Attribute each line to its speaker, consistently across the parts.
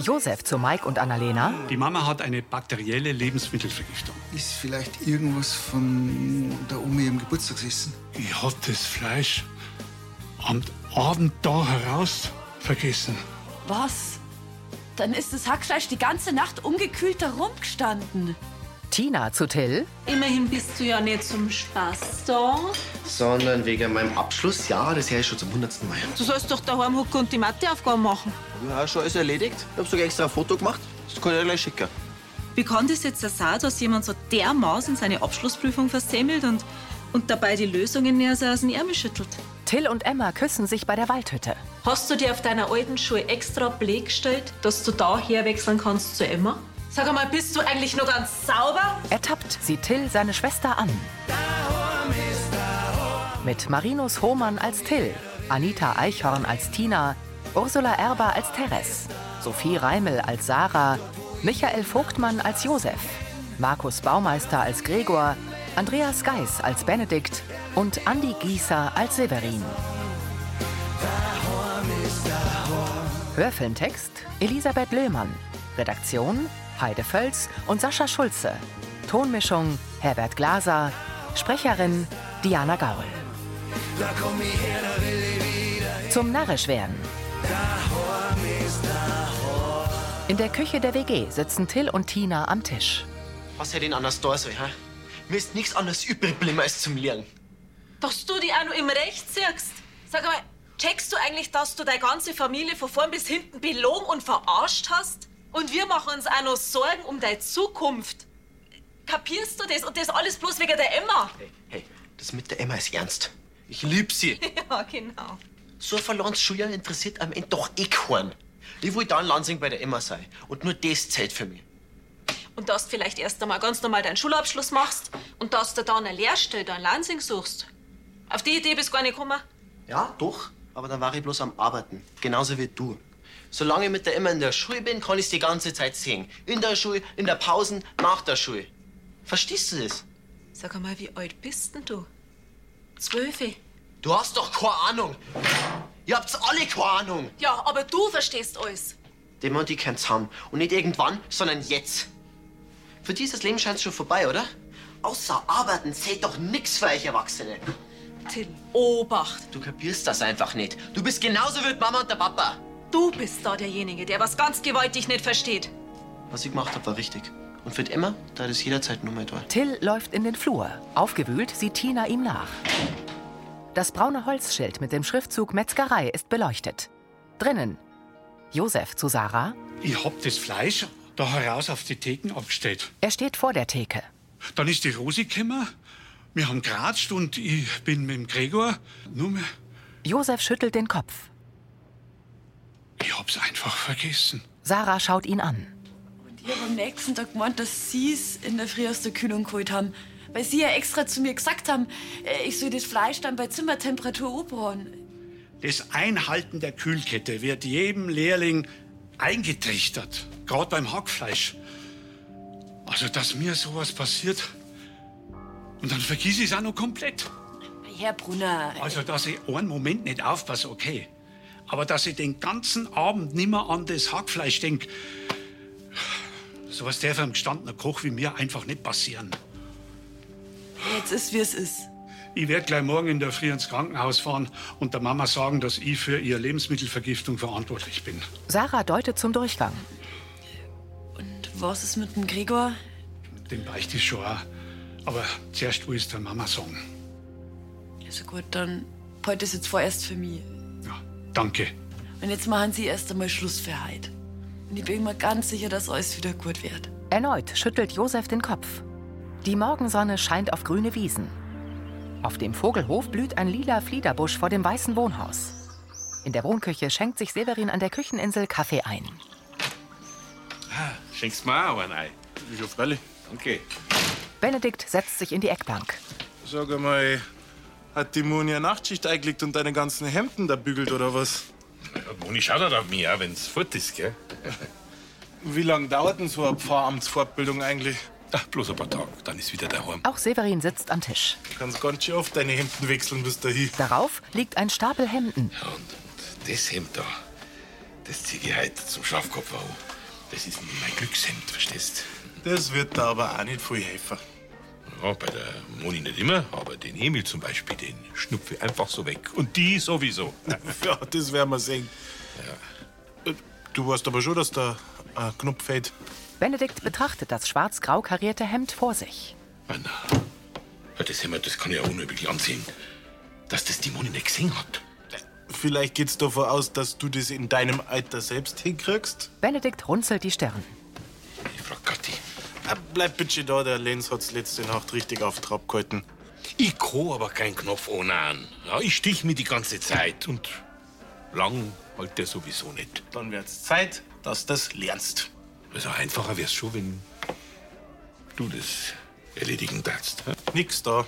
Speaker 1: Josef zu Mike und Annalena.
Speaker 2: Die Mama hat eine bakterielle Lebensmittelvergiftung.
Speaker 3: Ist vielleicht irgendwas von der Omi im Geburtstag gesessen?
Speaker 4: Ich hab das Fleisch am Abend da heraus vergessen.
Speaker 5: Was? Dann ist das Hackfleisch die ganze Nacht ungekühlt herumgestanden.
Speaker 1: Tina zu Till.
Speaker 6: Immerhin bist du ja nicht zum Spaß da.
Speaker 7: Sondern wegen meinem Abschluss. Ja, das her ist schon zum hundertsten Mal.
Speaker 6: Du sollst doch daheim hocken und die Matheaufgaben machen.
Speaker 7: Ja, schon alles erledigt. Ich hab sogar extra ein Foto gemacht. Das kann ich dir gleich schicken.
Speaker 6: Wie kann das jetzt sein, dass jemand so dermaßen seine Abschlussprüfung versemmelt und, und dabei die Lösungen eher so aus dem Ärmel schüttelt?
Speaker 1: Till und Emma küssen sich bei der Waldhütte.
Speaker 6: Hast du dir auf deiner alten Schule extra Blick gestellt, dass du da herwechseln kannst zu Emma? Sag mal, bist du eigentlich nur ganz sauber?
Speaker 1: Ertappt sieht Till seine Schwester an. Mit Marinus Hohmann als Till, Anita Eichhorn als Tina, Ursula Erber als Teres, Sophie Reimel als Sarah, Michael Vogtmann als Josef, Markus Baumeister als Gregor, Andreas Geis als Benedikt und Andi Gießer als Severin. Hörfilmtext Elisabeth Löhmann. Redaktion Heide Völz und Sascha Schulze. Tonmischung Herbert Glaser. Sprecherin Diana Gaul. Zum Narrisch werden. In der Küche der WG sitzen Till und Tina am Tisch.
Speaker 7: Was hätte ich anders da soll, hä? Mir ist nichts anderes übrig geblieben als zum Lernen.
Speaker 6: Dass du die auch noch im Recht siehst. Sag mal, checkst du eigentlich, dass du deine ganze Familie von vorn bis hinten belogen und verarscht hast? Und wir machen uns auch noch Sorgen um deine Zukunft. Kapierst du das? Und das alles bloß wegen der Emma?
Speaker 7: Hey, das mit der Emma ist ernst. Ich lieb sie.
Speaker 6: Ja, genau.
Speaker 7: So ein verlorenes Schuljahr interessiert am Ende doch eh keinen. Ich will da in Lansing bei der Emma sein. Und nur das zählt für mich.
Speaker 6: Und dass du vielleicht erst einmal ganz normal deinen Schulabschluss machst und dass du dann eine Lehrstelle da in Lansing suchst. Auf die Idee bist du gar nicht gekommen.
Speaker 7: Ja, doch. Aber da war ich bloß am Arbeiten. Genauso wie du. Solange ich mit der Emma in der Schule bin, kann ich die ganze Zeit sehen. In der Schule, in der Pausen, nach der Schule. Verstehst du das?
Speaker 6: Sag einmal, wie alt bist denn du? Zwölfe.
Speaker 7: Du hast doch keine Ahnung. Ihr habt's alle keine Ahnung.
Speaker 6: Ja, aber du verstehst alles.
Speaker 7: Dem und die kennen zusammen. Und nicht irgendwann, sondern jetzt. Für die ist das Leben scheint schon vorbei, oder? Außer arbeiten zählt doch nix für euch Erwachsene.
Speaker 6: Till, Obacht.
Speaker 7: Du kapierst das einfach nicht. Du bist genauso wie die Mama und der Papa.
Speaker 6: Du bist da derjenige, der was ganz gewaltig nicht versteht.
Speaker 7: Was ich gemacht habe, war richtig. Und für die Emma, da ist jederzeit nur mehr da.
Speaker 1: Till läuft in den Flur. Aufgewühlt sieht Tina ihm nach. Das braune Holzschild mit dem Schriftzug Metzgerei ist beleuchtet. Drinnen. Josef zu Sarah.
Speaker 2: Ich hab das Fleisch da heraus auf die Theken abgestellt.
Speaker 1: Er steht vor der Theke.
Speaker 2: Dann ist die Rosi gekommen. Wir haben geratscht und ich bin mit dem Gregor nur mehr.
Speaker 1: Josef schüttelt den Kopf.
Speaker 2: Ich hab's einfach vergessen.
Speaker 1: Sarah schaut ihn an.
Speaker 5: Und ich hab am nächsten Tag gemeint, dass sie es in der Früh aus der Kühlung geholt haben. Weil sie ja extra zu mir gesagt haben, äh, ich soll das Fleisch dann bei Zimmertemperatur anbraten.
Speaker 2: Das Einhalten der Kühlkette wird jedem Lehrling eingetrichtert. Gerade beim Hackfleisch. Also, dass mir sowas passiert. Und dann vergiss ich es auch noch komplett.
Speaker 5: Herr Brunner,
Speaker 2: Also, dass ich einen Moment nicht aufpasse, okay. Aber dass ich den ganzen Abend nimmer an das Hackfleisch denk, sowas darf einem gestandenen Koch wie mir einfach nicht passieren.
Speaker 5: jetzt ist wie es ist.
Speaker 2: Ich werde gleich morgen in der Früh ins Krankenhaus fahren und der Mama sagen, dass ich für ihre Lebensmittelvergiftung verantwortlich bin.
Speaker 1: Sarah deutet zum Durchgang.
Speaker 5: Und was ist mit dem Gregor?
Speaker 2: Dem beichte ich schon auch. Aber zuerst will ich der Mama sagen.
Speaker 5: Also gut, dann heute ist jetzt vorerst für mich.
Speaker 2: Ja, danke.
Speaker 5: Und jetzt machen sie erst einmal Schluss für heute. Und ich bin mir ganz sicher, dass alles wieder gut wird.
Speaker 1: Erneut schüttelt Josef den Kopf. Die Morgensonne scheint auf grüne Wiesen. Auf dem Vogelhof blüht ein lila Fliederbusch vor dem weißen Wohnhaus. In der Wohnküche schenkt sich Severin an der Kücheninsel Kaffee ein.
Speaker 8: Schenkst mir auch einen ein.
Speaker 9: Ja, freilich.
Speaker 8: Danke.
Speaker 1: Benedikt setzt sich in die Eckbank.
Speaker 9: Sag mal, hat die Moni eine Nachtschicht eingelegt und deine ganzen Hemden da bügelt oder was?
Speaker 8: Moni schaut halt auf mich auch, wenn's fort ist, gell?
Speaker 9: Wie lange dauert denn so eine Pfarramtsfortbildung eigentlich?
Speaker 8: Ach, bloß ein paar Tage, dann ist wieder daheim.
Speaker 1: Auch Severin sitzt am Tisch.
Speaker 9: Du kannst ganz schön oft deine Hemden wechseln bis dahin.
Speaker 1: Darauf liegt ein Stapel Hemden.
Speaker 8: Ja, und, und das Hemd da, das zieh ich heute zum Schafkopf an. Das ist nicht mein Glückshemd, verstehst
Speaker 9: Das wird da aber auch nicht viel helfen.
Speaker 8: Ja, bei der Moni nicht immer, aber den Emil zum Beispiel, den schnupfe ich einfach so weg. Und die sowieso.
Speaker 9: Ja, das werden wir sehen. Äh, Du weißt aber schon, dass da ein Knopf fehlt.
Speaker 1: Benedikt betrachtet das schwarz-grau karierte Hemd vor sich.
Speaker 8: Ah, na. Ja, Das Hemd, das kann ich ja unüblich anziehen. Dass das die Moni nicht gesehen hat.
Speaker 9: Äh, Vielleicht geht's davon aus, dass du das in deinem Alter selbst hinkriegst.
Speaker 1: Benedikt runzelt die Stirn.
Speaker 8: Ich frag Kathi.
Speaker 9: Ah, Bleib bitte da, der Lenz hat's letzte Nacht richtig auf Trab gehalten.
Speaker 8: Ich kann aber keinen Knopf ohne an. Ja, ich stich mir die ganze Zeit und lang halt der sowieso nicht.
Speaker 9: Dann wird's Zeit, dass du das lernst.
Speaker 8: Also einfacher wär's schon, wenn du das erledigen darfst. hä?
Speaker 9: Nix da.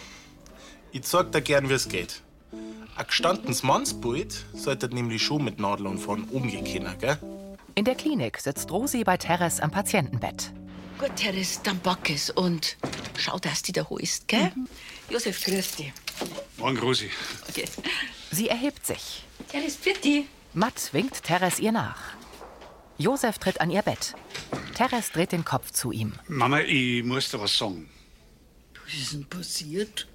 Speaker 9: Ich zeig dir gern, wie's geht. Ein gestandenes Mannsbild solltet nämlich schon mit Nadel und Faden umgehen können, gell?
Speaker 1: In der Klinik sitzt Rosi bei Teres am Patientenbett.
Speaker 10: Gut, Teres, dann back es und schau, dass die da ist, gell?
Speaker 1: Mhm.
Speaker 10: Josef, grüß dich.
Speaker 2: Morgen, Rosi.
Speaker 10: Okay.
Speaker 1: Sie erhebt sich.
Speaker 10: Teres, bitte.
Speaker 1: Matt winkt Teres ihr nach. Josef tritt an ihr Bett. Teres dreht den Kopf zu ihm.
Speaker 2: Mama, ich muss dir was sagen.
Speaker 10: Was ist denn passiert?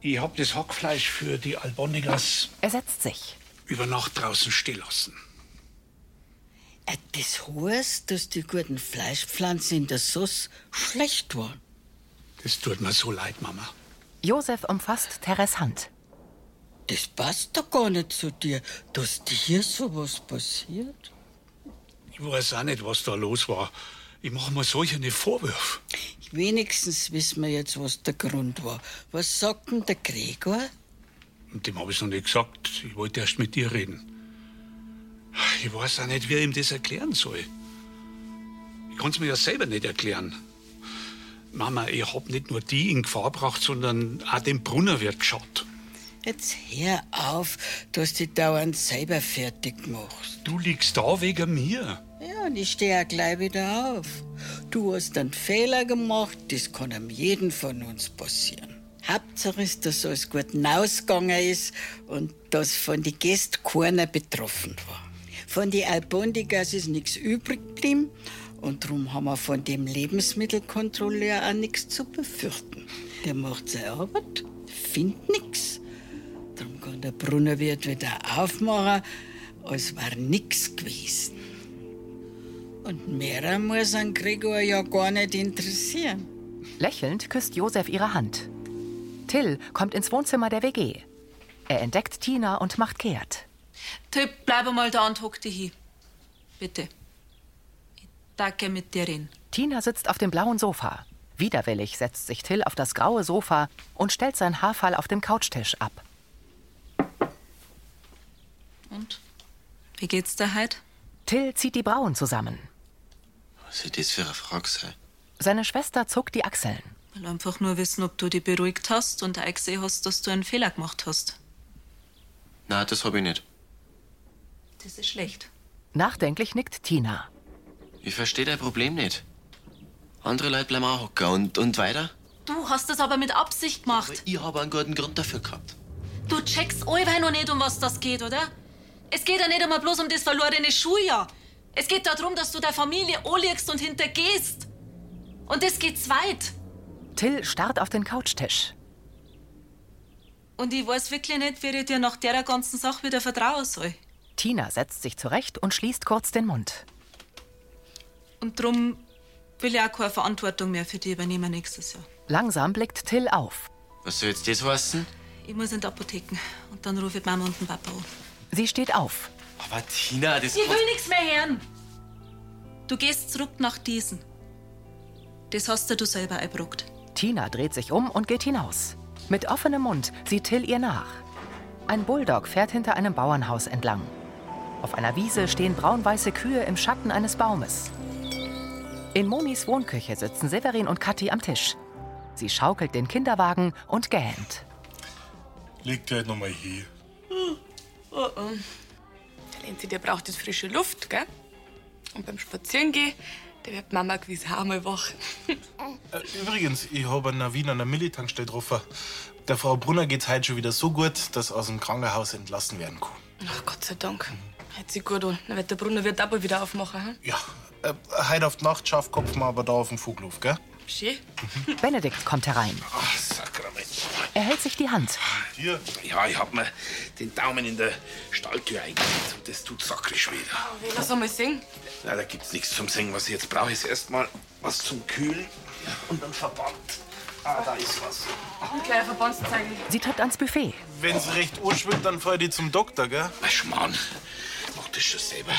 Speaker 2: Ich hab das Hackfleisch für die Albonigas
Speaker 1: Er setzt sich.
Speaker 2: über Nacht draußen stehen lassen.
Speaker 10: Äh, Das heißt, dass die guten Fleischpflanzen in der Sauce schlecht waren.
Speaker 2: Das tut mir so Oh, leid, Mama.
Speaker 1: Josef umfasst Teres Hand.
Speaker 10: Das passt doch gar nicht zu dir, dass dir sowas passiert.
Speaker 2: Ich weiß auch nicht, was da los war. Ich mache mir solche Vorwürfe.
Speaker 10: Wenigstens wissen wir jetzt, was der Grund war. Was sagt denn der Gregor?
Speaker 2: Und dem habe ich noch nicht gesagt. Ich wollte erst mit dir reden. Ich weiß auch nicht, wie ich ihm das erklären soll. Ich kann es mir ja selber nicht erklären. Mama, ich hab nicht nur die in Gefahr gebracht, sondern auch dem Brunnerwirt geschaut.
Speaker 10: Jetzt hör auf, dass du dich dauernd selber fertig machst.
Speaker 2: Du liegst da wegen mir.
Speaker 10: Ja, und ich stehe auch gleich wieder auf. Du hast einen Fehler gemacht, das kann einem jeden von uns passieren. Hauptsache ist, dass alles gut hinausgegangen ist und dass von den Gästen keiner betroffen war. Von den Albondigas ist nichts übrig geblieben und darum haben wir von dem Lebensmittelkontrolleur auch nichts zu befürchten. Der macht seine Arbeit, findet nichts. Darum kann der Brunnerwirt wieder aufmachen, als wäre nichts gewesen. Und mehr muss an Gregor ja gar nicht interessieren.
Speaker 1: Lächelnd küsst Josef ihre Hand. Till kommt ins Wohnzimmer der WG. Er entdeckt Tina und macht kehrt.
Speaker 6: Till, bleib einmal da und hock dich hin. Bitte. Ich darf gern mit dir reden.
Speaker 1: Tina sitzt auf dem blauen Sofa. Widerwillig setzt sich Till auf das graue Sofa und stellt sein Haarfall auf dem Couchtisch ab.
Speaker 6: Und? Wie geht's dir heute?
Speaker 1: Till zieht die Brauen zusammen.
Speaker 7: Was ist das für eine Frage sein?
Speaker 1: Seine Schwester zuckt die Achseln.
Speaker 6: Ich will einfach nur wissen, ob du dich beruhigt hast und auch gesehen hast, dass du einen Fehler gemacht hast.
Speaker 7: Nein, das habe ich nicht.
Speaker 6: Das ist schlecht.
Speaker 1: Nachdenklich nickt Tina.
Speaker 7: Ich verstehe dein Problem nicht. Andere Leute bleiben auch hocker. Und, und weiter?
Speaker 6: Du hast das aber mit Absicht gemacht.
Speaker 7: Aber ich habe einen guten Grund dafür gehabt.
Speaker 6: Du checkst allweil noch nicht, um was das geht, oder? Es geht ja nicht einmal bloß um das verlorene Schuljahr. Es geht darum, dass du der Familie anliegst und hintergehst. Und das geht's weit.
Speaker 1: Till starrt auf den Couchtisch.
Speaker 6: Und ich weiß wirklich nicht, wie ich dir nach der ganzen Sache wieder vertrauen soll.
Speaker 1: Tina setzt sich zurecht und schließt kurz den Mund.
Speaker 6: Und drum will ich auch keine Verantwortung mehr für dich übernehmen nächstes Jahr.
Speaker 1: Langsam blickt Till auf.
Speaker 7: Was soll jetzt das heißen?
Speaker 6: Ich muss in die Apotheken und dann rufe ich die Mama und den Papa an.
Speaker 1: Sie steht auf.
Speaker 7: Aber Tina, das
Speaker 6: Ich will nichts mehr hören. Du gehst zurück nach diesen. Das hast dir du selber eingebrockt.
Speaker 1: Tina dreht sich um und geht hinaus. Mit offenem Mund sieht Till ihr nach. Ein Bulldog fährt hinter einem Bauernhaus entlang. Auf einer Wiese stehen braunweiße Kühe im Schatten eines Baumes. In Monis Wohnküche sitzen Severin und Kathi am Tisch. Sie schaukelt den Kinderwagen und gähnt.
Speaker 9: Liegt halt nochmal hier.
Speaker 11: Oh oh. Der Lenzi, der braucht jetzt frische Luft, gell? Und beim Spazierengehen, der wird Mama gewiss auch mal wach.
Speaker 9: Äh, Übrigens, ich habe einen Wien an der Millitankstelle getroffen. Der Frau Brunner geht's heute schon wieder so gut, dass sie aus dem Krankenhaus entlassen werden kann.
Speaker 11: Ach, Gott sei Dank. Hat sie gut an. Dann wird der Brunner wird aber wieder aufmachen. Hm?
Speaker 9: Ja,
Speaker 12: Äh, heute auf die Nacht scharf kopfen wir aber da auf den Flughof, gell?
Speaker 11: Schön.
Speaker 1: Benedikt kommt herein.
Speaker 9: Ach, Sakrament.
Speaker 1: Er hält sich die Hand.
Speaker 9: Hier? Ja, ich hab mir den Daumen in der Stalltür eingeklemmt und das tut sakrisch weh.
Speaker 11: Will das einmal sehen?
Speaker 9: Leider gibt's nichts zum Singen. Was ich jetzt brauche, ist erstmal was zum Kühlen und dann Verband. Ah, da ist was.
Speaker 11: Ein kleiner Verband zeigen.
Speaker 1: Sie tritt ans Buffet.
Speaker 12: Wenn's recht anschwillt, dann fahr ich die zum Doktor, gell?
Speaker 9: Na, Schmarrn. Mach das schon selber.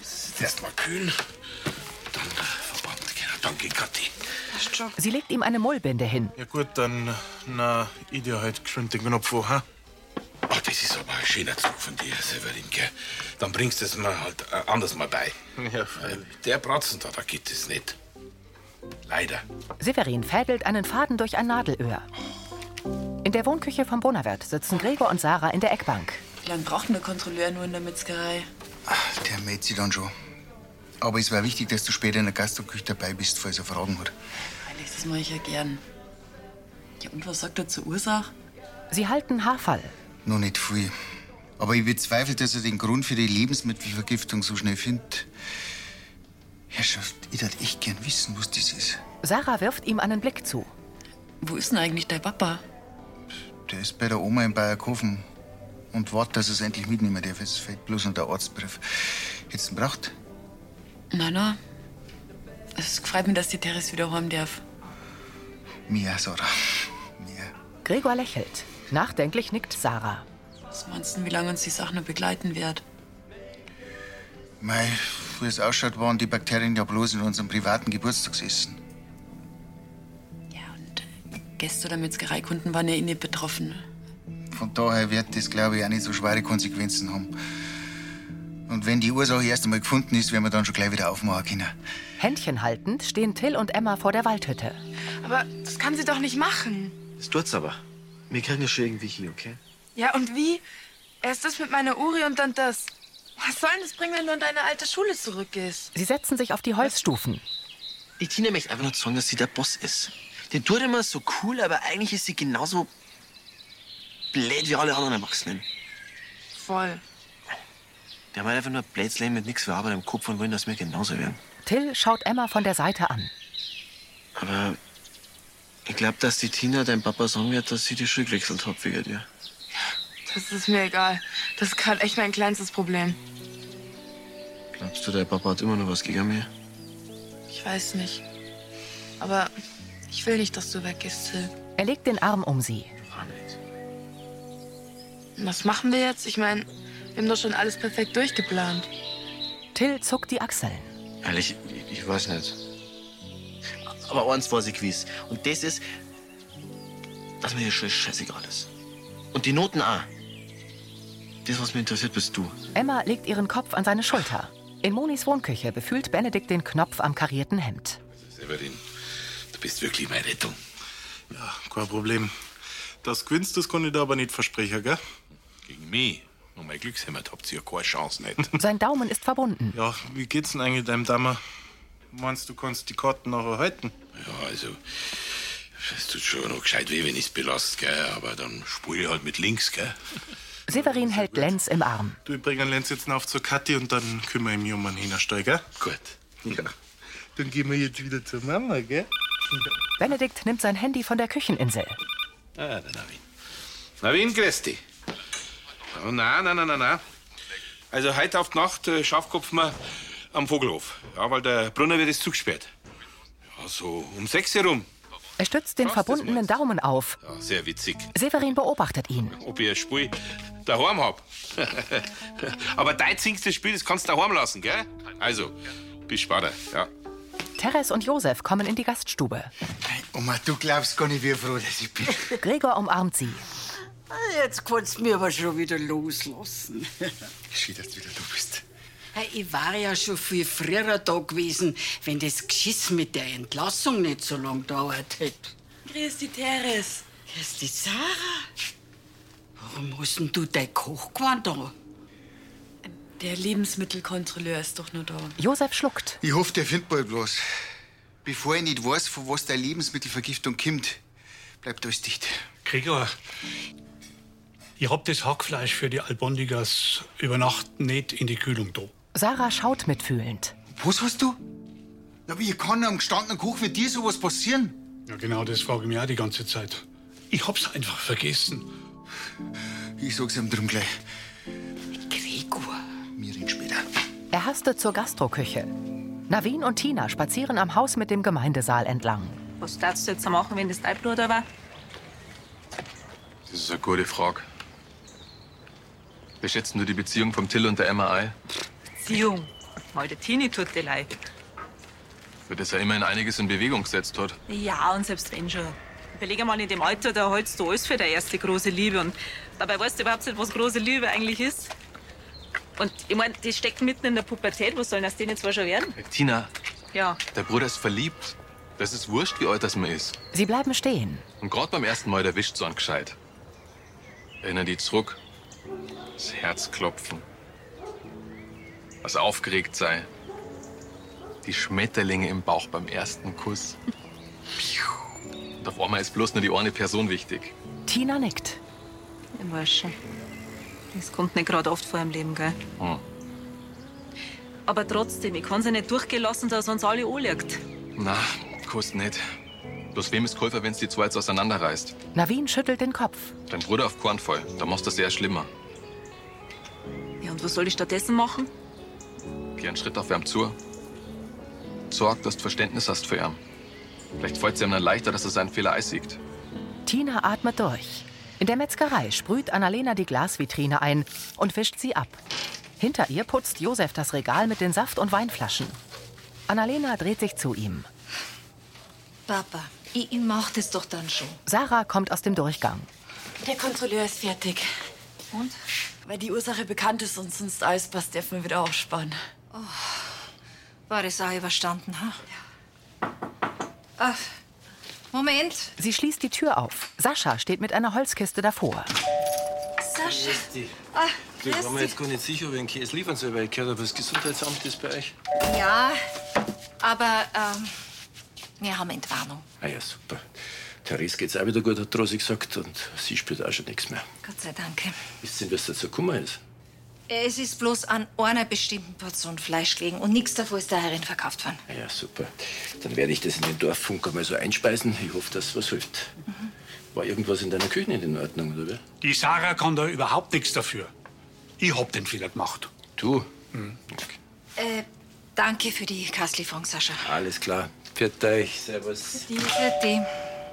Speaker 9: Das ist erstmal kühlen, äh, dann Verband. Danke, Kathi.
Speaker 1: Sie legt ihm eine Mullbinde hin.
Speaker 12: Ja gut, dann na, ich dir halt geschwind den Knopf an, ha?
Speaker 9: Ach, Ah, das ist aber ein schöner Zug von dir, Severin, gell? Dann bringst du es mir halt äh, anders mal bei. Äh,
Speaker 12: Ja,
Speaker 9: Der Bratzen da, da geht es nicht. Leider.
Speaker 1: Severin fädelt einen Faden durch ein Nadelöhr. In der Wohnküche vom Bonawert sitzen Gregor und Sarah in der Eckbank.
Speaker 5: Wie lange braucht denn der Kontrolleur nur in der Metzgerei?
Speaker 3: Der mäht sie dann schon. Aber es wäre wichtig, dass du später in der Gastroküche dabei bist, falls er Fragen hat.
Speaker 5: Ehrlich, das mache ich ja gern. Ja, und was sagt er zur Ursach?
Speaker 1: Sie halten Haarfall.
Speaker 3: Noch nicht viel. Aber ich bezweifle, dass er den Grund für die Lebensmittelvergiftung so schnell findet. Herrschaft, ich würde echt gern wissen, was das ist.
Speaker 1: Sarah wirft ihm einen Blick zu.
Speaker 5: Wo ist denn eigentlich dein Papa?
Speaker 3: Der ist bei der Oma in Bayerkofen und wartet, dass er es endlich mitnehmen darf. Es fehlt bloß noch der Arztbrief. Hättest du ihn braucht?
Speaker 5: Na, na. Also, Es freut mich, dass die Teres wieder heim darf.
Speaker 3: Mia, Sarah.
Speaker 1: Gregor lächelt. Nachdenklich nickt Sarah.
Speaker 5: Was meinst du, wie lange uns die Sache noch begleiten wird?
Speaker 3: Mei, wie es ausschaut, waren die Bakterien ja bloß in unserem privaten Geburtstagsessen.
Speaker 5: Gäste oder Metzgereikunden waren ja eh nicht betroffen.
Speaker 3: Von daher wird das, glaube ich, auch nicht so schwere Konsequenzen haben. Und wenn die Ursache erst einmal gefunden ist, werden wir dann schon gleich wieder aufmachen können.
Speaker 1: Händchen haltend stehen Till und Emma vor der Waldhütte.
Speaker 11: Aber das kann sie doch nicht machen.
Speaker 7: Das tut's aber. Wir kriegen das schon irgendwie hier, okay?
Speaker 11: Ja, und wie? Erst das mit meiner Uri und dann das. Was soll denn das bringen, wenn du an deine alte Schule zurückgehst?
Speaker 1: Sie setzen sich auf die Holzstufen.
Speaker 7: Die Tina möchte einfach nur sagen, dass sie der Boss ist. Die tut immer so cool, aber eigentlich ist sie genauso blöd wie alle anderen Erwachsenen.
Speaker 11: Voll.
Speaker 7: Die haben halt einfach nur ein blödes Leben mit nichts für Arbeit im Kopf und wollen, dass wir genauso werden.
Speaker 1: Till schaut Emma von der Seite an.
Speaker 7: Aber ich glaube, dass die Tina deinem Papa sagen wird, dass sie die Schule gewechselt hat wegen dir.
Speaker 11: Das ist mir egal. Das ist gerade echt mein kleinstes Problem.
Speaker 7: Glaubst du, dein Papa hat immer noch was gegen mich?
Speaker 11: Ich weiß nicht. Aber ich will nicht, dass du weggehst, Till.
Speaker 1: Er legt den Arm um sie.
Speaker 11: Was machen wir jetzt? Ich meine, wir haben doch schon alles perfekt durchgeplant.
Speaker 1: Till zuckt die Achseln.
Speaker 7: Ehrlich, ich, ich weiß nicht. Aber eins weiß ich gewiss. Und das ist, dass mir die Schule scheißegal ist. Und die Noten auch. Das, was mich interessiert, bist du.
Speaker 1: Emma legt ihren Kopf an seine Schulter. In Monis Wohnküche befühlt Benedikt den Knopf am karierten Hemd.
Speaker 9: Severin, du bist wirklich meine Rettung.
Speaker 12: Ja, kein Problem. Das gewinnst, das kann ich dir aber nicht versprechen, gell?
Speaker 9: Gegen mich? Nur mein Glückshemmert habt ihr ja keine Chance nicht.
Speaker 1: Sein Daumen ist verbunden.
Speaker 12: Ja, wie geht's denn eigentlich deinem Dammer? Meinst du, kannst die Karten nachher halten?
Speaker 9: Ja, also, es tut schon noch gescheit weh, wenn ich's belast, gell? Aber dann spule ich halt mit links, gell?
Speaker 1: Severin hält Lenz im Arm.
Speaker 12: Du, ich bring den Lenz jetzt noch auf zur Kathi und dann kümmere ich mich um einen Hühnerstall, gell?
Speaker 9: Gut. Ja.
Speaker 12: Dann gehen wir jetzt wieder zur Mama, gell?
Speaker 1: Benedikt nimmt sein Handy von der Kücheninsel.
Speaker 9: Ah, der Navin. Navin, grüß dich. Oh, nein, nein, nein, nein, nein. Also, heute auf die Nacht äh, Schafkopfen wir am Vogelhof. Ja, weil der Brunner wird jetzt zugesperrt. Ja, so um sechs herum.
Speaker 1: Er stützt den verbundenen Daumen auf.
Speaker 9: Ja, sehr witzig.
Speaker 1: Severin beobachtet ihn.
Speaker 9: Ob ich ein Spiel daheim hab. Aber dein zinkstes Spiel, das kannst du daheim lassen, gell? Also, bis später, ja.
Speaker 1: Teres und Josef kommen in die Gaststube.
Speaker 3: Oma, du glaubst gar nicht, wie froh dass ich bin.
Speaker 1: Gregor umarmt sie.
Speaker 10: Ah, Jetzt kannst du mir aber schon wieder loslassen.
Speaker 3: Schön, dass du wieder da bist.
Speaker 10: Hey, Ich war ja schon viel früher da gewesen, wenn das Geschiss mit der Entlassung nicht so lang dauert hätte.
Speaker 5: Grüß die Teres.
Speaker 10: Grüß die Sarah. Warum hast denn du dein Kochgewand an?
Speaker 5: Der Lebensmittelkontrolleur ist doch nur da.
Speaker 1: Josef schluckt.
Speaker 3: Ich hoffe, der findet bald bloß. Bevor ich nicht weiß, von was deine Lebensmittelvergiftung kommt, bleibt alles dicht.
Speaker 2: Gregor, ich hab das Hackfleisch für die Albondigas über Nacht nicht in die Kühlung da.
Speaker 1: Sarah schaut mitfühlend.
Speaker 3: Was hast du? Na, wie kann einem gestandenen Koch wie dir sowas passieren?
Speaker 2: Ja, genau, das frage ich mich auch die ganze Zeit. Ich hab's einfach vergessen.
Speaker 3: Ich sag's ihm drum gleich.
Speaker 1: Gregor. Er hastet zur Gastroküche. Navin und Tina spazieren am Haus mit dem Gemeindesaal entlang.
Speaker 6: Was darfst du jetzt machen, wenn das dein Bruder war?
Speaker 13: Das ist eine gute Frage. Wir schätzen nur die Beziehung vom Till und der Emma ein,
Speaker 6: Beziehung. Mal der Tini tut dir leid.
Speaker 13: für das er immerhin einiges in Bewegung gesetzt hat.
Speaker 6: Ja, und selbst wenn schon. Überleg mal, in dem Alter, da hältst du alles für deine erste große Liebe. Und dabei weißt du überhaupt nicht, was große Liebe eigentlich ist. Und ich meine, die stecken mitten in der Pubertät. Was sollen das denen zwar schon werden?
Speaker 13: Tina,
Speaker 6: Ja.
Speaker 13: der Bruder ist verliebt. Das ist wurscht, wie alt das man ist.
Speaker 1: Sie bleiben stehen.
Speaker 13: Und gerade beim ersten Mal erwischt so einen gescheit. Erinnern die zurück. Das Herz klopfen. Das aufgeregt sein. Die Schmetterlinge im Bauch beim ersten Kuss. Und auf einmal ist bloß nur die eine Person wichtig.
Speaker 1: Tina nickt.
Speaker 6: Ich weiß schon. Das kommt nicht gerade oft vor im Leben, gell?
Speaker 13: Hm.
Speaker 6: Aber trotzdem, ich kann sie nicht durchgelassen, dass uns alle anlegt.
Speaker 13: Na, Kuss nicht. Bloß wem ist geholfen, wenn's die zwei jetzt auseinanderreißt?
Speaker 1: Navin schüttelt den Kopf.
Speaker 13: Dein Bruder auf keinen Fall. Da machst du es eher schlimmer.
Speaker 6: Ja, und was soll ich stattdessen machen?
Speaker 13: Geh einen Schritt auf ihn zu. Sorg, dass du Verständnis hast für ihn. Vielleicht fällt es ihm dann leichter, dass er seinen Fehler einsiegt.
Speaker 1: Tina atmet durch. In der Metzgerei sprüht Annalena die Glasvitrine ein und wischt sie ab. Hinter ihr putzt Josef das Regal mit den Saft- und Weinflaschen. Annalena dreht sich zu ihm.
Speaker 14: Papa, ich, ich mach das doch dann schon.
Speaker 1: Sarah kommt aus dem Durchgang.
Speaker 5: Der Kontrolleur ist fertig. Und? Weil die Ursache bekannt ist und sonst alles passt, darf man wieder aufspannen.
Speaker 14: War das auch überstanden, ha? Ja. Moment,
Speaker 1: Sie schließt die Tür auf. Sascha steht mit einer Holzkiste davor.
Speaker 14: Sascha.
Speaker 15: Grüß dich.
Speaker 14: Ah,
Speaker 15: Du, ich
Speaker 14: grüß
Speaker 15: war mir
Speaker 14: dich.
Speaker 15: jetzt gar nicht sicher, wen Käse liefern soll, weil ich gehört habe, das Gesundheitsamt ist bei euch.
Speaker 14: Ja, aber ähm, wir haben Entwarnung.
Speaker 15: Ah ja, super. Therese geht's auch wieder gut, hat Rosi gesagt, und sie spürt auch schon nichts mehr.
Speaker 14: Gott sei Dank.
Speaker 15: Wisst ihr, was dazu gekommen ist?
Speaker 14: Es ist bloß an einer bestimmten Portion Fleisch gelegen und nichts davon ist der Herrin verkauft worden.
Speaker 15: Ah ja, super. Dann werde ich das in den Dorffunk einmal so einspeisen. Ich hoffe, dass was hilft. War irgendwas in deiner Küche nicht in Ordnung, oder wie?
Speaker 2: Die Sarah kann da überhaupt nichts dafür. Ich hab den Fehler gemacht.
Speaker 15: Du?
Speaker 14: Äh, danke für die Kastlieferung, Sascha.
Speaker 15: Alles klar. Pfiat euch. Servus.
Speaker 14: Die,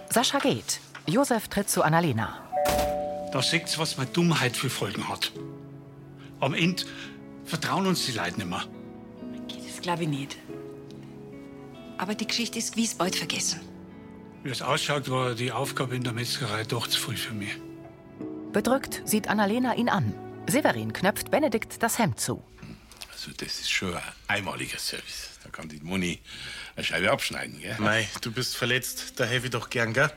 Speaker 1: Sascha geht. Josef tritt zu Annalena.
Speaker 2: Da seht's, was meine Dummheit für Folgen hat. Am Ende vertrauen uns die Leute nicht mehr.
Speaker 5: Das glaube ich nicht.
Speaker 14: Aber die Geschichte ist Wiesbald vergessen.
Speaker 2: Wie es ausschaut, war die Aufgabe in der Metzgerei doch zu früh für mich.
Speaker 1: Bedrückt sieht Annalena ihn an. Severin knöpft Benedikt das Hemd zu.
Speaker 16: Also das ist schon ein einmaliger Service. Da kann die Moni eine Scheibe abschneiden, gell?
Speaker 9: Mei, du bist verletzt. Da helfe ich doch gern, gell?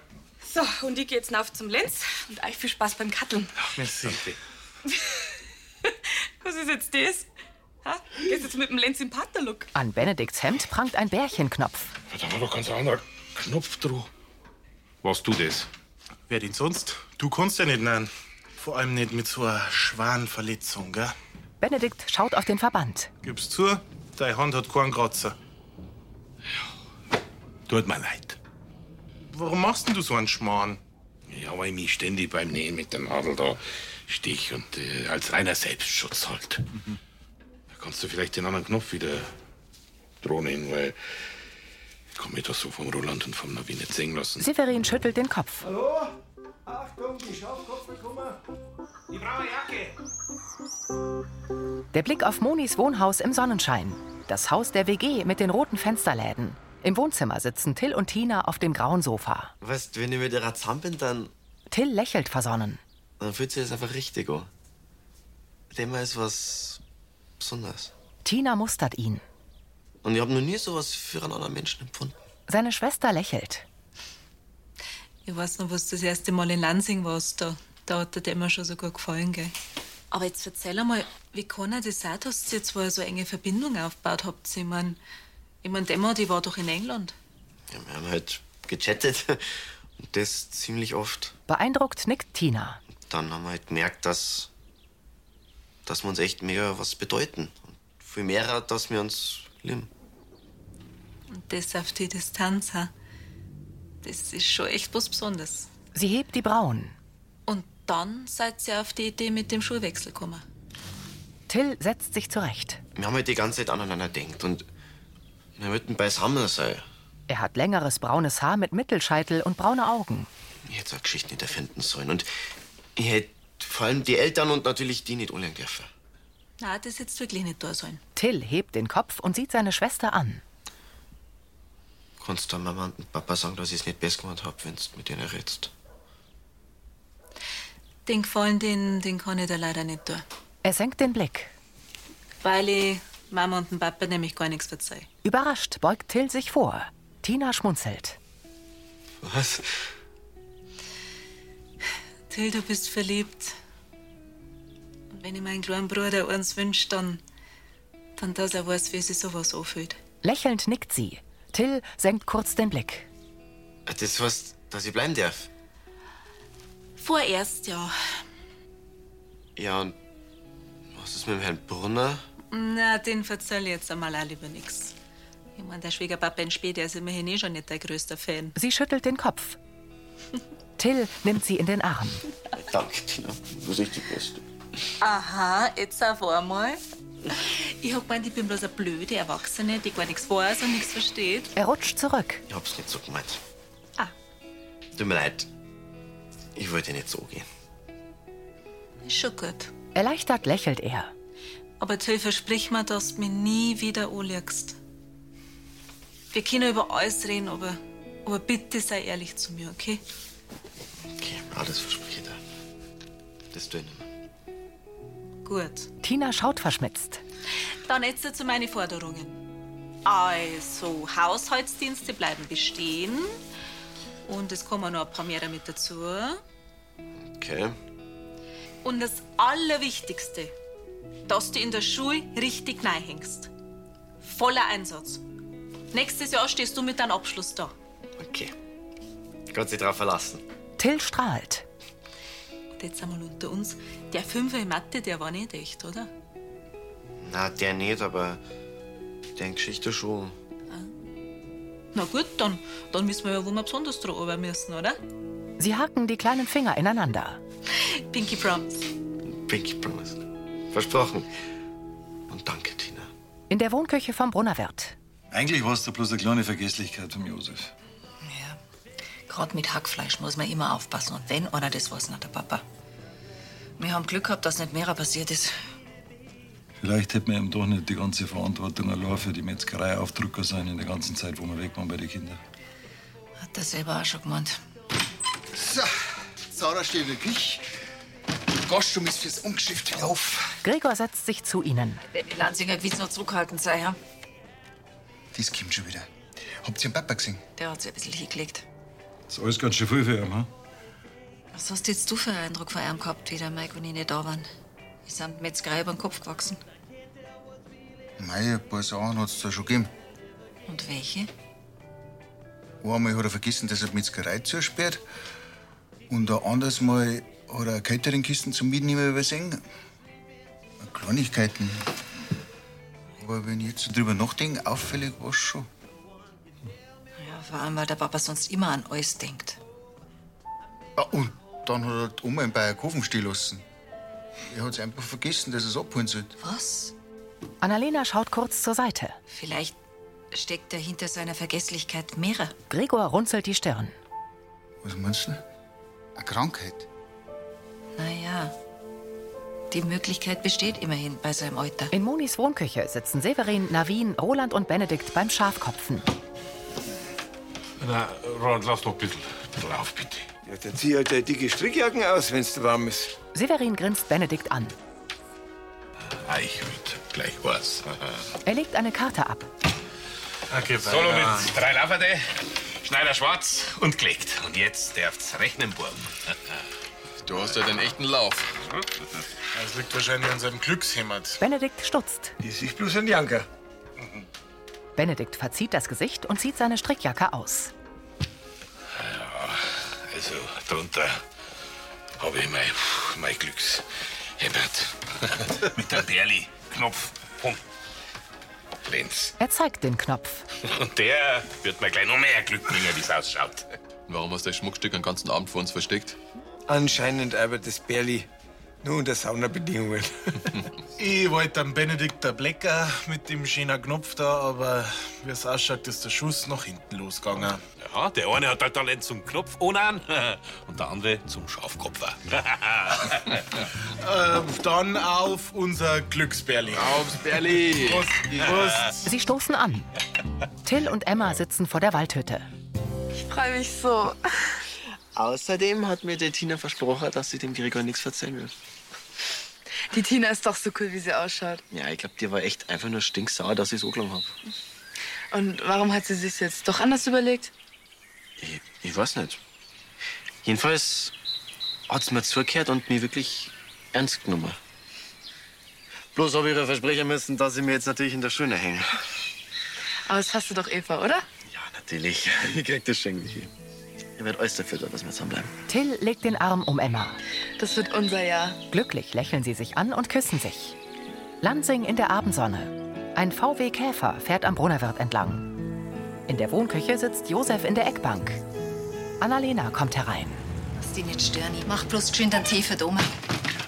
Speaker 11: So, und ich gehe jetzt auf zum Lenz und euch viel Spaß beim Katteln.
Speaker 9: Merci.
Speaker 11: Was ist jetzt das? Ha? Gehst jetzt mit dem Lenz im Partnerlook?
Speaker 1: An Benedikts Hemd prangt ein Bärchenknopf.
Speaker 8: Da war doch ganz anderer Knopf drauf. Was du das?
Speaker 9: Wer denn sonst? Du kannst ja nicht nein. Vor allem nicht mit so einer schweren Verletzung, gell?
Speaker 1: Benedikt schaut auf den Verband.
Speaker 9: Gib's zu, deine Hand hat keinen Kratzer.
Speaker 16: Tut mir leid.
Speaker 9: Warum machst denn du so einen Schmarrn?
Speaker 16: Ja, weil ich mich ständig beim Nähen mit der Nadel da stich und äh, als reiner Selbstschutz halt.
Speaker 9: Mhm.
Speaker 16: Da kannst du vielleicht den anderen Knopf wieder drohen, weil ich kann mich das so vom Roland und vom Navin nicht sehen lassen.
Speaker 1: Severin schüttelt den Kopf.
Speaker 17: Hallo? Achtung, die Schaufkopf kommen. Ich brauche eine Jacke.
Speaker 1: Der Blick auf Monis Wohnhaus im Sonnenschein. Das Haus der WG mit den roten Fensterläden. Im Wohnzimmer sitzen Till und Tina auf dem grauen Sofa.
Speaker 18: Weißt, wenn ich mit ihrer zusammen bin, dann,
Speaker 1: Till lächelt versonnen.
Speaker 18: dann fühlt sich das einfach richtig an. Dem ist was Besonderes.
Speaker 1: Tina mustert ihn.
Speaker 18: Und ich habe noch nie sowas für einen anderen Menschen empfunden.
Speaker 1: Seine Schwester lächelt.
Speaker 6: Ich weiß noch, was das erste Mal in Lansing warst. Da, da hat dir der immer schon sogar gefallen, gell? Aber jetzt erzähl einmal, wie kann er das sein, dass ihr zwei so enge Verbindung aufgebaut habt? Ich meine, ich mein, Demo, die war doch in England.
Speaker 18: Ja, wir haben halt gechattet. Und das ziemlich oft.
Speaker 1: Beeindruckt nickt Tina.
Speaker 18: Dann haben wir halt gemerkt, dass, dass wir uns echt mega was bedeuten. Und viel mehr, dass wir uns lieben.
Speaker 6: Und das auf die Distanz. ha. Das ist schon echt was Besonderes.
Speaker 1: Sie hebt die Brauen.
Speaker 6: Und dann seid ihr auf die Idee mit dem Schulwechsel gekommen.
Speaker 1: Till setzt sich zurecht.
Speaker 7: Wir haben halt die ganze Zeit aneinander denkt und wir wollten beisammen sein.
Speaker 1: Er hat längeres braunes Haar mit Mittelscheitel und braune Augen.
Speaker 7: Ich hätte so eine Geschichte nicht erfinden sollen. Und ich hätte vor allem die Eltern und natürlich die nicht anlernen dürfen.
Speaker 6: Na, das jetzt wirklich nicht da sollen.
Speaker 1: Till hebt den Kopf und sieht seine Schwester an.
Speaker 7: Kannst du Mama und Papa sagen, dass ich es nicht besser gemacht hab, wenn du mit denen redest?
Speaker 6: Den Gefallen, den, den kann ich da leider nicht tun.
Speaker 1: Er senkt den Blick.
Speaker 6: Weil ich Mama und dem Papa nämlich gar nichts verzeih.
Speaker 1: Überrascht beugt Till sich vor. Tina schmunzelt.
Speaker 7: Was?
Speaker 6: Till, du bist verliebt. Und wenn ich meinen kleinen Bruder uns wünscht, dann, dann dass er weiß, wie sich sowas anfühlt.
Speaker 1: Lächelnd nickt sie. Till senkt kurz den Blick.
Speaker 7: Äh, Das heißt, dass ich bleiben darf.
Speaker 6: Vorerst ja.
Speaker 7: Ja, und was ist mit dem Herrn Brunner?
Speaker 6: Na, den verzeih ich jetzt einmal auch lieber nix. Ich mein, der Schwiegerpapa in Spee, der ist immerhin eh schon nicht der größte Fan.
Speaker 1: Sie schüttelt den Kopf. Till nimmt sie in den Arm.
Speaker 7: Danke, Tina. Du bist echt die Beste.
Speaker 6: Aha, jetzt auf einmal. Ich hab gemeint, ich bin bloß eine blöde Erwachsene, die gar nichts weiß und nichts versteht.
Speaker 1: Er rutscht zurück.
Speaker 7: Ich hab's nicht so gemeint.
Speaker 6: Ah.
Speaker 7: Tut mir leid. Ich wollte nicht so gehen.
Speaker 6: Ist schon gut.
Speaker 1: Erleichtert lächelt er.
Speaker 6: Aber Till, versprich mir, dass du mich nie wieder anlegst. Wir können über alles reden, aber, aber bitte sei ehrlich zu mir, okay?
Speaker 7: Ah, das verspreche ich dir. Das tue ich nicht mehr.
Speaker 6: Gut.
Speaker 1: Tina schaut verschmitzt.
Speaker 6: Dann jetzt zu meinen Forderungen. Also, Haushaltsdienste bleiben bestehen. Und es kommen noch ein paar mehr damit dazu.
Speaker 7: Okay.
Speaker 6: Und das Allerwichtigste, dass du in der Schule richtig hängst. Voller Einsatz. Nächstes Jahr stehst du mit deinem Abschluss da.
Speaker 7: Okay. Kannst dich drauf verlassen.
Speaker 1: Till strahlt.
Speaker 6: Und jetzt einmal unter uns. Der Fünfer in Mathe, der war nicht echt, oder?
Speaker 7: Na, der nicht, aber der in Geschichte schon.
Speaker 6: Na gut, dann, dann wissen wir ja, wo wir besonders dran arbeiten müssen, oder?
Speaker 1: Sie haken die kleinen Finger ineinander.
Speaker 6: Pinky Promise.
Speaker 7: Pinky Promise. Versprochen. Und danke, Tina.
Speaker 1: In der Wohnküche vom Brunnerwirt.
Speaker 19: Eigentlich warst du bloß eine kleine Vergesslichkeit vom Josef.
Speaker 20: Gerade mit Hackfleisch muss man immer aufpassen. Und wenn einer das weiß, nicht der Papa. Wir haben Glück gehabt, dass nicht mehr passiert ist.
Speaker 19: Vielleicht hätten wir ihm doch nicht die ganze Verantwortung allein für die Metzgerei aufdrücken sollen in der ganzen Zeit, wo wir weg waren bei den Kindern.
Speaker 20: Hat er selber auch schon gemeint.
Speaker 3: So, Sarah steht in der Küche. Gostum ist fürs Ungeschift wieder auf.
Speaker 1: Gregor setzt sich zu ihnen.
Speaker 20: Lanzinger gewiss noch zurückhaltend sei, ja?
Speaker 3: Das kommt schon wieder. Habt ihr den Papa gesehen?
Speaker 20: Der hat sich ein bisschen hingelegt.
Speaker 19: Ist alles ganz schön viel für ihn, hm?
Speaker 20: Was hast jetzt du für einen Eindruck von ihm gehabt, wie der Mike und ich nicht da waren? Die sind mir jetzt gerade über den Kopf gewachsen.
Speaker 3: Mei, ein paar Sachen hat's da schon gegeben.
Speaker 20: Und welche?
Speaker 3: Einmal hat er vergessen, dass er die Metzgerei zusperrt. Und ein anderes Mal hat er eine Cateringkisten zum Mitnehmen übersehen. Kleinigkeiten. Aber wenn ich jetzt so drüber nachdenke, auffällig war's schon.
Speaker 20: Ja, vor allem, weil der Papa sonst immer an alles denkt.
Speaker 3: Ah, und dann hat er die Oma in Bayerkofen stehen lassen. Er hat's einfach vergessen, dass er es abholen sollte.
Speaker 20: Was?
Speaker 1: Annalena schaut kurz zur Seite.
Speaker 20: Vielleicht steckt er hinter seiner Vergesslichkeit mehrere.
Speaker 1: Gregor runzelt die Stirn.
Speaker 3: Was meinst du? Eine Krankheit?
Speaker 20: Naja, die Möglichkeit besteht immerhin bei seinem Euter.
Speaker 1: In Monis Wohnküche sitzen Severin, Navin, Roland und Benedikt beim Schafkopfen.
Speaker 16: Na, Roland, lass noch ein bisschen, ein bisschen auf, bitte.
Speaker 21: Ja, dann zieh halt deine dicke Strickjacken aus, wenn's dir warm ist.
Speaker 1: Severin grinst Benedikt an.
Speaker 16: Ah, ich will gleich was.
Speaker 1: Er legt eine Karte ab.
Speaker 9: Okay,
Speaker 16: Solo mit drei Lafferte, Schneider schwarz und gelegt. Und jetzt dürft's rechnen, Buben.
Speaker 13: Du hast ja den echten Lauf.
Speaker 9: Das liegt wahrscheinlich an seinem Glückshämmert.
Speaker 1: Benedikt stutzt.
Speaker 21: Ist ich bloß ein Janker.
Speaker 1: Benedikt verzieht das Gesicht und zieht seine Strickjacke aus.
Speaker 16: Ja, also drunter habe ich mein, mein Glückshemmert. mit dem Berli-Knopf. Pum. Lenz.
Speaker 1: Er zeigt den Knopf.
Speaker 16: Und der wird mir gleich noch mehr Glück bringen, wie es ausschaut.
Speaker 13: Warum hast du das Schmuckstück den ganzen Abend vor uns versteckt?
Speaker 21: Anscheinend aber das Berli nur unter Saunabedingungen.
Speaker 9: Ich wollte am Benedikt der Blecker mit dem schönen Knopf da, aber wie es ausschaut, ist der Schuss nach hinten losgegangen.
Speaker 16: Ja, der eine hat halt Talent zum Knopf ohne an und der andere zum Schafkopfer.
Speaker 9: Ähm, dann auf unser Glücksbärli. Aufs
Speaker 13: Bärli.
Speaker 9: Prost. Prost.
Speaker 1: Sie stoßen an. Till und Emma sitzen vor der Waldhütte.
Speaker 5: Ich freue mich so.
Speaker 7: Außerdem hat mir der Tina versprochen, dass sie dem Gregor nichts erzählen will.
Speaker 11: Die Tina ist doch so cool, wie sie ausschaut.
Speaker 7: Ja, ich glaube, die war echt einfach nur stinksauer, dass ich so gelogen habe.
Speaker 11: Und warum hat sie sich jetzt doch anders überlegt?
Speaker 7: Ich weiß nicht. Jedenfalls hat's mir zugehört und mir wirklich ernst genommen. Bloß habe ich ihr versprechen müssen, dass sie mir jetzt natürlich in der Schöne hängen.
Speaker 11: Aber das hast du doch Eva, oder?
Speaker 7: Natürlich, ich krieg das schon hin. Ich werde alles dafür tun, dass wir zusammenbleiben.
Speaker 1: Till legt den Arm um Emma.
Speaker 11: Das wird unser Jahr.
Speaker 1: Glücklich lächeln sie sich an und küssen sich. Lansing in der Abendsonne. Ein VW Käfer fährt am Brunnerwirt entlang. In der Wohnküche sitzt Josef in der Eckbank. Annalena kommt herein.
Speaker 14: Lass die nicht stören. Ich mach bloß geschwind einen Tee für die Oma.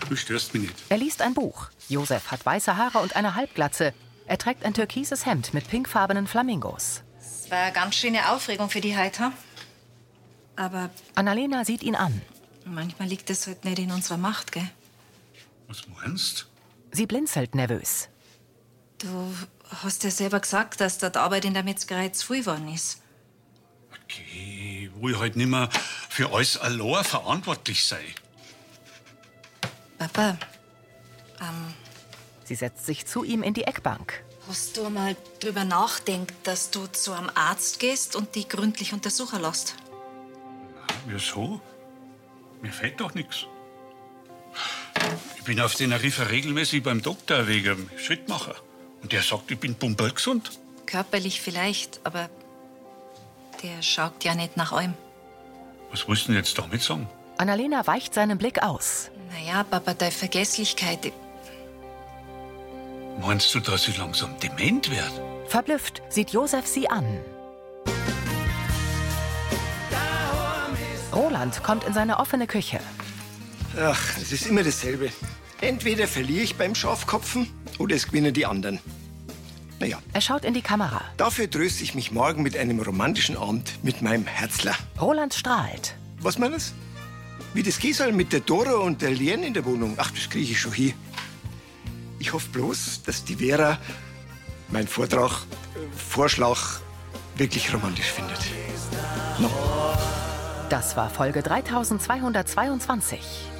Speaker 2: Du störst mich nicht.
Speaker 1: Er liest ein Buch. Josef hat weiße Haare und eine Halbglatze. Er trägt ein türkises Hemd mit pinkfarbenen Flamingos.
Speaker 14: Das war eine ganz schöne Aufregung für die heute. ha? Aber
Speaker 1: Annalena sieht ihn an.
Speaker 14: manchmal liegt das halt nicht in unserer Macht, gell?
Speaker 2: Was meinst
Speaker 1: Sie blinzelt nervös.
Speaker 14: Du hast ja selber gesagt, dass dort die Arbeit in der Metzgerei zu viel geworden ist.
Speaker 2: Ich will halt nimmer für alles allein verantwortlich sein.
Speaker 14: Papa, ähm,
Speaker 1: Sie setzt sich zu ihm in die Eckbank.
Speaker 14: hast du mal drüber nachdenkt, dass du zu einem Arzt gehst und die gründlich untersuchen lässt?
Speaker 2: Wieso? Mir fehlt doch nichts. Ich bin auf den Arifa regelmäßig beim Doktor wegen Schrittmacher. Und der sagt, ich bin pumperlgesund.
Speaker 14: Körperlich vielleicht, aber der schaut ja nicht nach allem.
Speaker 2: Was willst du denn jetzt damit sagen?
Speaker 1: Annalena weicht seinen Blick aus.
Speaker 14: Naja, Papa, deine Vergesslichkeit, ich-
Speaker 2: Meinst du, dass ich langsam dement werde?
Speaker 1: Verblüfft sieht Josef sie an. Roland kommt in seine offene Küche.
Speaker 21: Ach, es ist immer dasselbe. Entweder verliere ich beim Schafkopfen oder es gewinnen die anderen. Naja,
Speaker 1: Er schaut in die Kamera.
Speaker 21: dafür tröste ich mich morgen mit einem romantischen Abend mit meinem Herzler.
Speaker 1: Roland strahlt.
Speaker 21: Was meinst du? Wie das gehen soll mit der Dora und der Lien in der Wohnung? Ach, das kriege ich schon hin. Ich hoffe bloß, dass die Vera meinen Vortrag, äh, Vorschlag wirklich romantisch findet.
Speaker 1: Das war Folge 3222.